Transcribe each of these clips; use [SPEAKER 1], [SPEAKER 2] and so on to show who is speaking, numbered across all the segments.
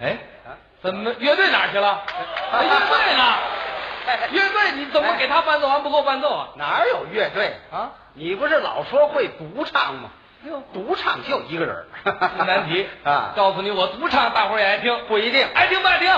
[SPEAKER 1] 哎
[SPEAKER 2] 啊，
[SPEAKER 1] 怎么乐队哪儿去了？哎乐队呢？乐队你怎么给他伴奏完不够伴奏啊？
[SPEAKER 2] 哪有乐队
[SPEAKER 1] 啊？
[SPEAKER 2] 你不是老说会独唱吗？
[SPEAKER 1] 哟，
[SPEAKER 2] 独唱就一个人儿，
[SPEAKER 1] 不难题
[SPEAKER 2] 哎 啊，哎
[SPEAKER 1] 告诉你，我独唱，大伙儿也爱听，
[SPEAKER 2] 不一定。
[SPEAKER 1] 爱听不 爱听？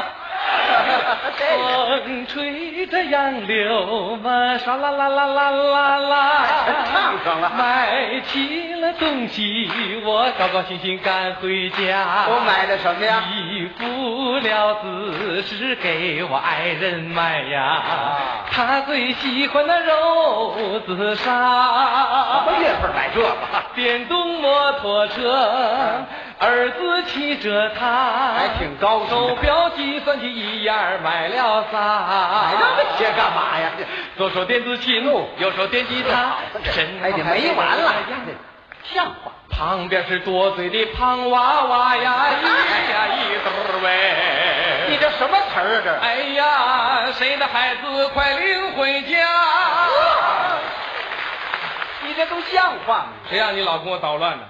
[SPEAKER 2] 这个
[SPEAKER 1] 风吹着杨柳嘛，唰啦啦啦啦啦啦
[SPEAKER 2] 唱上哎了
[SPEAKER 1] 买齐了东西，我高高兴兴赶回家。
[SPEAKER 2] 我买的什么呀？
[SPEAKER 1] 衣服料子是给我爱人买呀
[SPEAKER 2] 啊，
[SPEAKER 1] 他最喜欢那肉子烧
[SPEAKER 2] 什。么月份买这个？
[SPEAKER 1] 电动摩托车，儿子骑着它，
[SPEAKER 2] 还挺高兴的
[SPEAKER 1] 手表、计算机一样儿买了仨，
[SPEAKER 2] 啊买那么些干嘛呀？
[SPEAKER 1] 左手电子琴，右手电吉他，身
[SPEAKER 2] 哎，
[SPEAKER 1] 后
[SPEAKER 2] 你
[SPEAKER 1] 还
[SPEAKER 2] 没完了
[SPEAKER 1] 有一个，
[SPEAKER 2] 像话！
[SPEAKER 1] 旁边是多嘴的胖娃娃呀，咿 呀一嘟儿
[SPEAKER 2] 你
[SPEAKER 1] 喂，
[SPEAKER 2] 这什么词儿啊？这
[SPEAKER 1] 哎呀，谁的孩子快领回
[SPEAKER 2] 哎
[SPEAKER 1] 家？
[SPEAKER 2] 啊你这都像话吗？
[SPEAKER 1] 谁让你老跟我捣乱呢？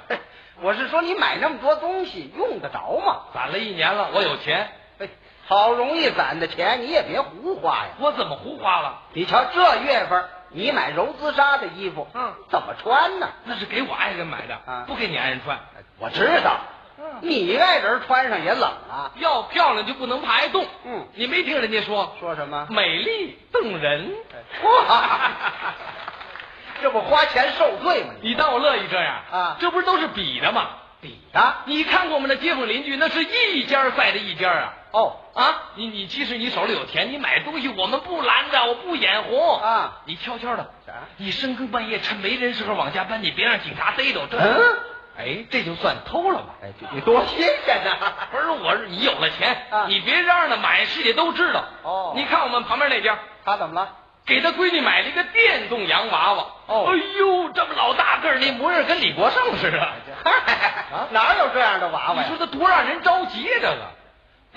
[SPEAKER 2] 我是说，你买那么多东西用得着吗？
[SPEAKER 1] 攒了一年了，我有钱，
[SPEAKER 2] 哎，好容易攒的钱，你也别胡花呀！
[SPEAKER 1] 我怎么胡花了？
[SPEAKER 2] 你瞧这月份，你买柔姿纱的衣服，
[SPEAKER 1] 嗯
[SPEAKER 2] 怎么穿呢？
[SPEAKER 1] 那是给我爱人买的，
[SPEAKER 2] 啊
[SPEAKER 1] 不给你爱人穿。
[SPEAKER 2] 我知道
[SPEAKER 1] 嗯，
[SPEAKER 2] 你爱人穿上也冷啊。
[SPEAKER 1] 要漂亮就不能怕挨冻。
[SPEAKER 2] 嗯
[SPEAKER 1] 你没听人家说
[SPEAKER 2] 说哎什么？
[SPEAKER 1] 美丽动人？
[SPEAKER 2] 哇，嗯 这不花钱受罪吗？
[SPEAKER 1] 你当我乐意这样
[SPEAKER 2] 啊
[SPEAKER 1] 这不是都是比的吗？
[SPEAKER 2] 比的
[SPEAKER 1] 你看过我们的街坊邻居，那是一家赛着一家啊
[SPEAKER 2] 哦，
[SPEAKER 1] 啊！你你其实你手里有钱，你买东西我们不拦着，我不眼红
[SPEAKER 2] 啊。
[SPEAKER 1] 你悄悄的
[SPEAKER 2] 啥，
[SPEAKER 1] 你深更半夜趁没人时候往家搬，你别让警察逮着。这
[SPEAKER 2] 嗯，
[SPEAKER 1] 哎，这就算偷了吧？
[SPEAKER 2] 哎，你多新鲜呐！
[SPEAKER 1] 不是我是你有了钱，
[SPEAKER 2] 啊
[SPEAKER 1] 你别嚷嚷的买，世界都知道。
[SPEAKER 2] 哦
[SPEAKER 1] 你看我们旁边那家，
[SPEAKER 2] 他怎么了？
[SPEAKER 1] 给他闺女买了一个电动洋娃娃。
[SPEAKER 2] 哦
[SPEAKER 1] 哎呦，这么老大个儿，那模样跟李国盛似的。
[SPEAKER 2] 啊，哎 哪有这样的娃娃
[SPEAKER 1] 你说
[SPEAKER 2] 呀？
[SPEAKER 1] 这多让人着急呀、这个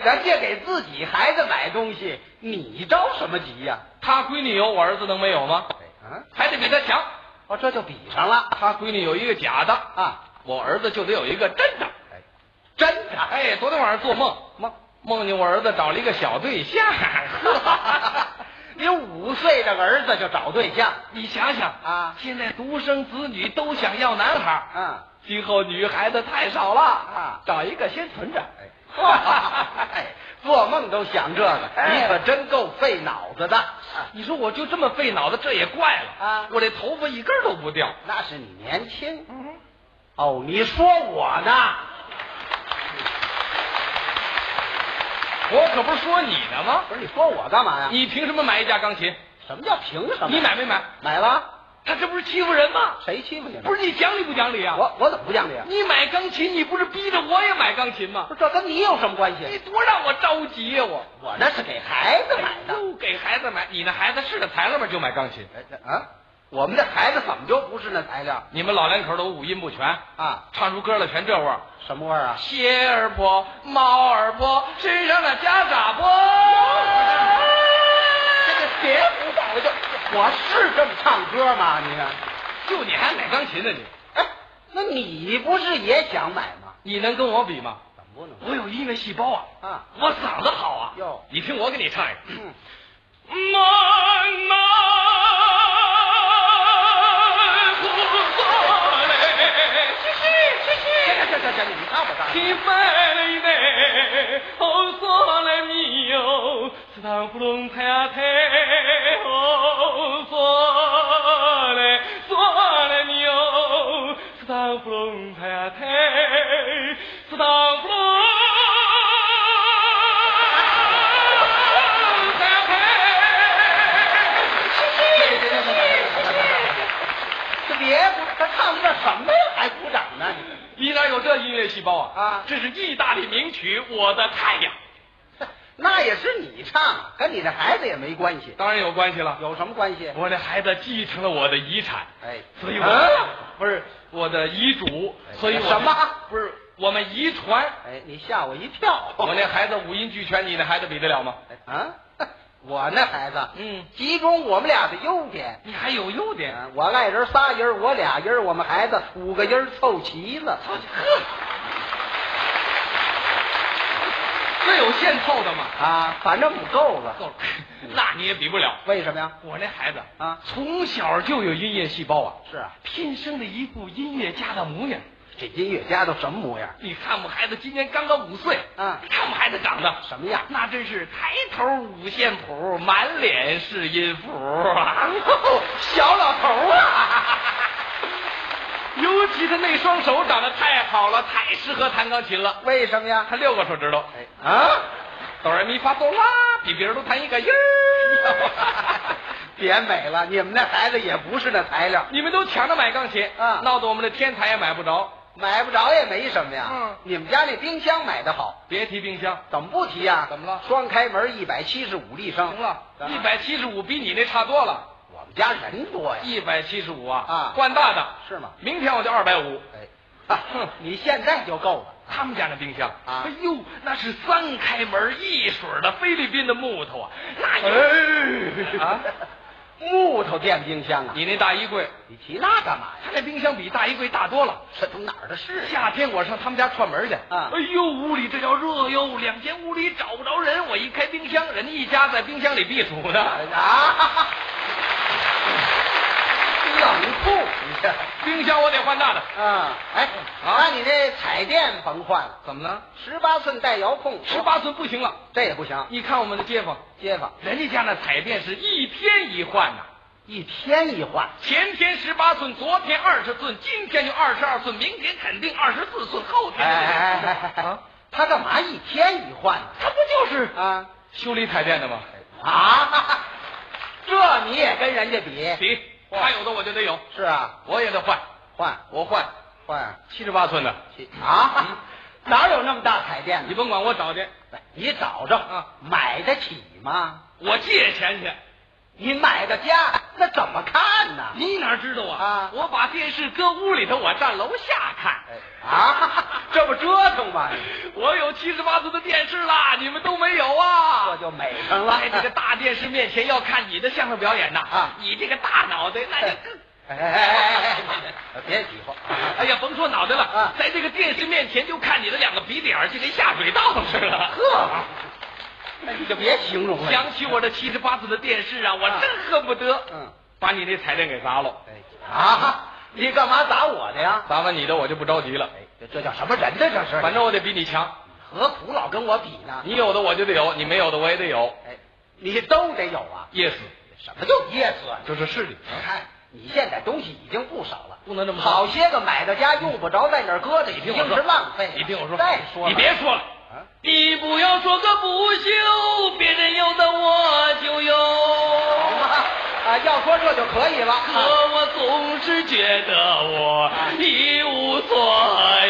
[SPEAKER 2] 人家给自己孩子买东西，你着什么急呀、
[SPEAKER 1] 他闺女有，我儿子能没有吗？
[SPEAKER 2] 嗯，
[SPEAKER 1] 还得比他强。
[SPEAKER 2] 哦，这就比上了
[SPEAKER 1] 他闺女有一个假的，
[SPEAKER 2] 啊！
[SPEAKER 1] 我儿子就得有一个真的。
[SPEAKER 2] 哎，
[SPEAKER 1] 真的。哎，昨天晚上做梦，
[SPEAKER 2] 梦，
[SPEAKER 1] 梦见我儿子找了一个小对象。
[SPEAKER 2] 你五岁的儿子就找对象
[SPEAKER 1] 你想想
[SPEAKER 2] 啊
[SPEAKER 1] 现在独生子女都想要男孩儿，
[SPEAKER 2] 啊？
[SPEAKER 1] 今后女孩子太少了
[SPEAKER 2] 啊
[SPEAKER 1] 找一个先存着。
[SPEAKER 2] 哎，做梦都想这个，你可真够费脑子的。
[SPEAKER 1] 你说我就这么费脑子，这也怪了
[SPEAKER 2] 啊
[SPEAKER 1] 我这头发一根儿都不掉。
[SPEAKER 2] 那是你年轻。哦，你说我呢？
[SPEAKER 1] 我可不是说你呢吗？
[SPEAKER 2] 不是你说我干嘛呀？
[SPEAKER 1] 你凭什么买一架钢琴？
[SPEAKER 2] 什么叫凭什么？
[SPEAKER 1] 你买没买？
[SPEAKER 2] 买了？
[SPEAKER 1] 他这不是欺负人吗？
[SPEAKER 2] 谁欺负你了？
[SPEAKER 1] 不是你讲理不讲理啊？
[SPEAKER 2] 我，我怎么不讲理啊？
[SPEAKER 1] 你买钢琴，你不是逼着我也买钢琴吗
[SPEAKER 2] 不？是这跟你有什么关
[SPEAKER 1] 你
[SPEAKER 2] 系？
[SPEAKER 1] 多让我着急呀、我
[SPEAKER 2] 我那是给孩子买的。
[SPEAKER 1] 又给孩子买，你那孩子是个材料吗？就买钢琴。
[SPEAKER 2] 哎，这啊，我们这孩子怎么就不是那材料
[SPEAKER 1] 你们老两口都五音不全，
[SPEAKER 2] 啊？
[SPEAKER 1] 唱出歌来全这味儿。
[SPEAKER 2] 什么味儿啊？
[SPEAKER 1] 鞋儿破，帽儿破，身上的夹扎破。
[SPEAKER 2] 这个别胡搞了，就我是这么唱歌吗？你啊看，
[SPEAKER 1] 就你还买钢琴呢你？
[SPEAKER 2] 哎，那你不是也想买吗？
[SPEAKER 1] 你能跟我比吗？
[SPEAKER 2] 怎么不能？
[SPEAKER 1] 我有音乐细胞啊！
[SPEAKER 2] 啊
[SPEAKER 1] 我嗓子好啊！
[SPEAKER 2] 哟
[SPEAKER 1] 你听我给你唱一个。
[SPEAKER 2] 嗯，
[SPEAKER 1] 慢慢活过来，
[SPEAKER 2] 行行行行行，你唱我唱。
[SPEAKER 1] 听白了一杯，哦，嗦来咪哟，斯坦普隆太啊太，哦，嗦来嗦来咪哟，斯坦普隆太啊太，斯坦普隆。太啊
[SPEAKER 2] 对对对对别鼓，他唱的这什么呀？还鼓掌呢？
[SPEAKER 1] 太你哪有这音乐细胞啊？
[SPEAKER 2] 啊
[SPEAKER 1] 这是意大利名曲《我的太阳》，
[SPEAKER 2] 那也是你唱，跟你这孩子也没关系。
[SPEAKER 1] 当然有关系了。
[SPEAKER 2] 有什么关系？
[SPEAKER 1] 我这孩子继承了我的遗产，
[SPEAKER 2] 哎
[SPEAKER 1] 所以我、
[SPEAKER 2] 啊
[SPEAKER 1] 不是我的遗嘱，
[SPEAKER 2] 哎
[SPEAKER 1] 所以我
[SPEAKER 2] 什么
[SPEAKER 1] 不是我们遗传。
[SPEAKER 2] 哎，你吓我一跳！
[SPEAKER 1] 我那孩子五音俱全，你那孩子比得了吗？
[SPEAKER 2] 啊，我那孩子，
[SPEAKER 1] 嗯，
[SPEAKER 2] 集中我们俩的优点。
[SPEAKER 1] 你还有优点。
[SPEAKER 2] 啊我爱人仨人，我俩人，我们孩子五个人凑齐了。
[SPEAKER 1] 呵，这有现凑的吗？
[SPEAKER 2] 啊，反正不 够了。
[SPEAKER 1] 够了， 那你也比不了。
[SPEAKER 2] 为什么呀？
[SPEAKER 1] 我这孩子
[SPEAKER 2] 啊
[SPEAKER 1] 从小就有音乐细胞啊，
[SPEAKER 2] 是啊，
[SPEAKER 1] 天生的一副音乐家的模样。
[SPEAKER 2] 这音乐家都什么模样？
[SPEAKER 1] 你看我孩子今年刚刚五岁，
[SPEAKER 2] 嗯
[SPEAKER 1] 你看我孩子长得
[SPEAKER 2] 什么样
[SPEAKER 1] 那真是开头五线谱，满脸是音符啊，
[SPEAKER 2] 小老头儿啊！
[SPEAKER 1] 尤其他那双手长得太好了，太适合弹钢琴了。
[SPEAKER 2] 为什么呀
[SPEAKER 1] 他？六个手指头，
[SPEAKER 2] 哎啊！
[SPEAKER 1] 哆来咪发嗦啦，比别人都弹一个音儿。
[SPEAKER 2] 别美了，你们那孩子也不是那材料，
[SPEAKER 1] 你们都抢着买钢琴，
[SPEAKER 2] 啊
[SPEAKER 1] 闹得我们的天才也买不着。
[SPEAKER 2] 买不着也没什么呀。
[SPEAKER 1] 嗯
[SPEAKER 2] 你们家那冰箱买的好，
[SPEAKER 1] 别提冰箱，
[SPEAKER 2] 怎么不提呀、
[SPEAKER 1] 怎么了
[SPEAKER 2] 双开门一百七十五立升，
[SPEAKER 1] 行了，一
[SPEAKER 2] 一
[SPEAKER 1] 百
[SPEAKER 2] 百，
[SPEAKER 1] 七十五比你那差多了。
[SPEAKER 2] 我们家人多呀，
[SPEAKER 1] 一百七十五啊，
[SPEAKER 2] 啊
[SPEAKER 1] 换大的
[SPEAKER 2] 是吗
[SPEAKER 1] 明天我就二百五。
[SPEAKER 2] 哎，哈你现在就够了。
[SPEAKER 1] 他们家那冰箱
[SPEAKER 2] 啊
[SPEAKER 1] 哎呦，那是三开门一水儿的菲律宾的木头啊，那有、
[SPEAKER 2] 哎
[SPEAKER 1] 啊，
[SPEAKER 2] 木头电冰箱啊，
[SPEAKER 1] 你那大衣柜，
[SPEAKER 2] 你提那干嘛呀？
[SPEAKER 1] 他那冰箱比大衣柜大多了。
[SPEAKER 2] 这都哪儿的事啊？
[SPEAKER 1] 夏天我上他们家串门去，
[SPEAKER 2] 啊
[SPEAKER 1] 哎呦，屋里这叫热哟，两间屋里找不着人，我一开冰箱，人家一家在冰箱里避暑呢。
[SPEAKER 2] 啊，冷酷，你这。
[SPEAKER 1] 冰箱我得换大的，
[SPEAKER 2] 啊，哎，那你这彩电甭换了，
[SPEAKER 1] 怎么了？
[SPEAKER 2] 十八寸带遥控，
[SPEAKER 1] 十八寸不行了，
[SPEAKER 2] 这也不行。
[SPEAKER 1] 你看我们的街坊，
[SPEAKER 2] 街坊
[SPEAKER 1] 人家家那彩电是一天一换呐、
[SPEAKER 2] 一天一换，
[SPEAKER 1] 前天十八寸，昨天二十寸，今天就二十二寸，明天肯定二十四寸，后天
[SPEAKER 2] 哎
[SPEAKER 1] 就
[SPEAKER 2] 哎哎哎哎
[SPEAKER 1] 啊，，
[SPEAKER 2] 他干嘛一天一换呢？
[SPEAKER 1] 他不就是
[SPEAKER 2] 啊
[SPEAKER 1] 修理彩电的吗？
[SPEAKER 2] 啊，这你也跟人家比？
[SPEAKER 1] 比他有的我就得有，
[SPEAKER 2] 是啊，
[SPEAKER 1] 我也得换，
[SPEAKER 2] 换
[SPEAKER 1] 我换
[SPEAKER 2] 换
[SPEAKER 1] 七十八寸的，
[SPEAKER 2] 去啊，哪有那么大彩电
[SPEAKER 1] 你
[SPEAKER 2] 呢？
[SPEAKER 1] 甭管我找去，
[SPEAKER 2] 你找着
[SPEAKER 1] 啊
[SPEAKER 2] 买得起吗？
[SPEAKER 1] 我借钱去。
[SPEAKER 2] 你买个家，那怎么看呢？
[SPEAKER 1] 你哪知道啊？
[SPEAKER 2] 啊
[SPEAKER 1] 我把电视搁屋里头，我站楼下看。
[SPEAKER 2] 哎啊，这不折腾吗？
[SPEAKER 1] 我有七十八寸的电视啦，你们都没有啊！
[SPEAKER 2] 这就美上了
[SPEAKER 1] 在这个大电视面前要看你的相声表演呐，
[SPEAKER 2] 啊
[SPEAKER 1] 你这个大脑袋，那就 更。
[SPEAKER 2] 哎哎哎哎哎，别起哄！
[SPEAKER 1] 哎呀，甭说脑袋了，
[SPEAKER 2] 啊
[SPEAKER 1] 在这个电视面前就看你的两个鼻点儿就跟下水道似的。
[SPEAKER 2] 呵，啊哎你就别形容了。
[SPEAKER 1] 想起我这七十八寸的电视啊，我真恨不得，
[SPEAKER 2] 嗯，
[SPEAKER 1] 把你那彩电给砸了。
[SPEAKER 2] 哎啊，你干嘛打我的呀？
[SPEAKER 1] 砸完你的我就不着急了，
[SPEAKER 2] 这这叫什么人呢？哎这啊是，
[SPEAKER 1] 反正我得比你强。
[SPEAKER 2] 何苦老跟我比呢？
[SPEAKER 1] 你有的我就得有，你没有的我也得有。
[SPEAKER 2] 哎，你都得有啊。
[SPEAKER 1] yes，
[SPEAKER 2] 什么叫噎死啊？
[SPEAKER 1] 就是势力。
[SPEAKER 2] 看你现在东西已经不少了，
[SPEAKER 1] 不能这么说
[SPEAKER 2] 好些个买到家用不着，在那儿搁着，已经是浪费了。
[SPEAKER 1] 你听我说，
[SPEAKER 2] 再说了
[SPEAKER 1] 你别说了。
[SPEAKER 2] 啊
[SPEAKER 1] 你不要说个不休，别人有的我就有。
[SPEAKER 2] 好吗啊，要说这啊就可以了。
[SPEAKER 1] 可我总是觉得我一无所哦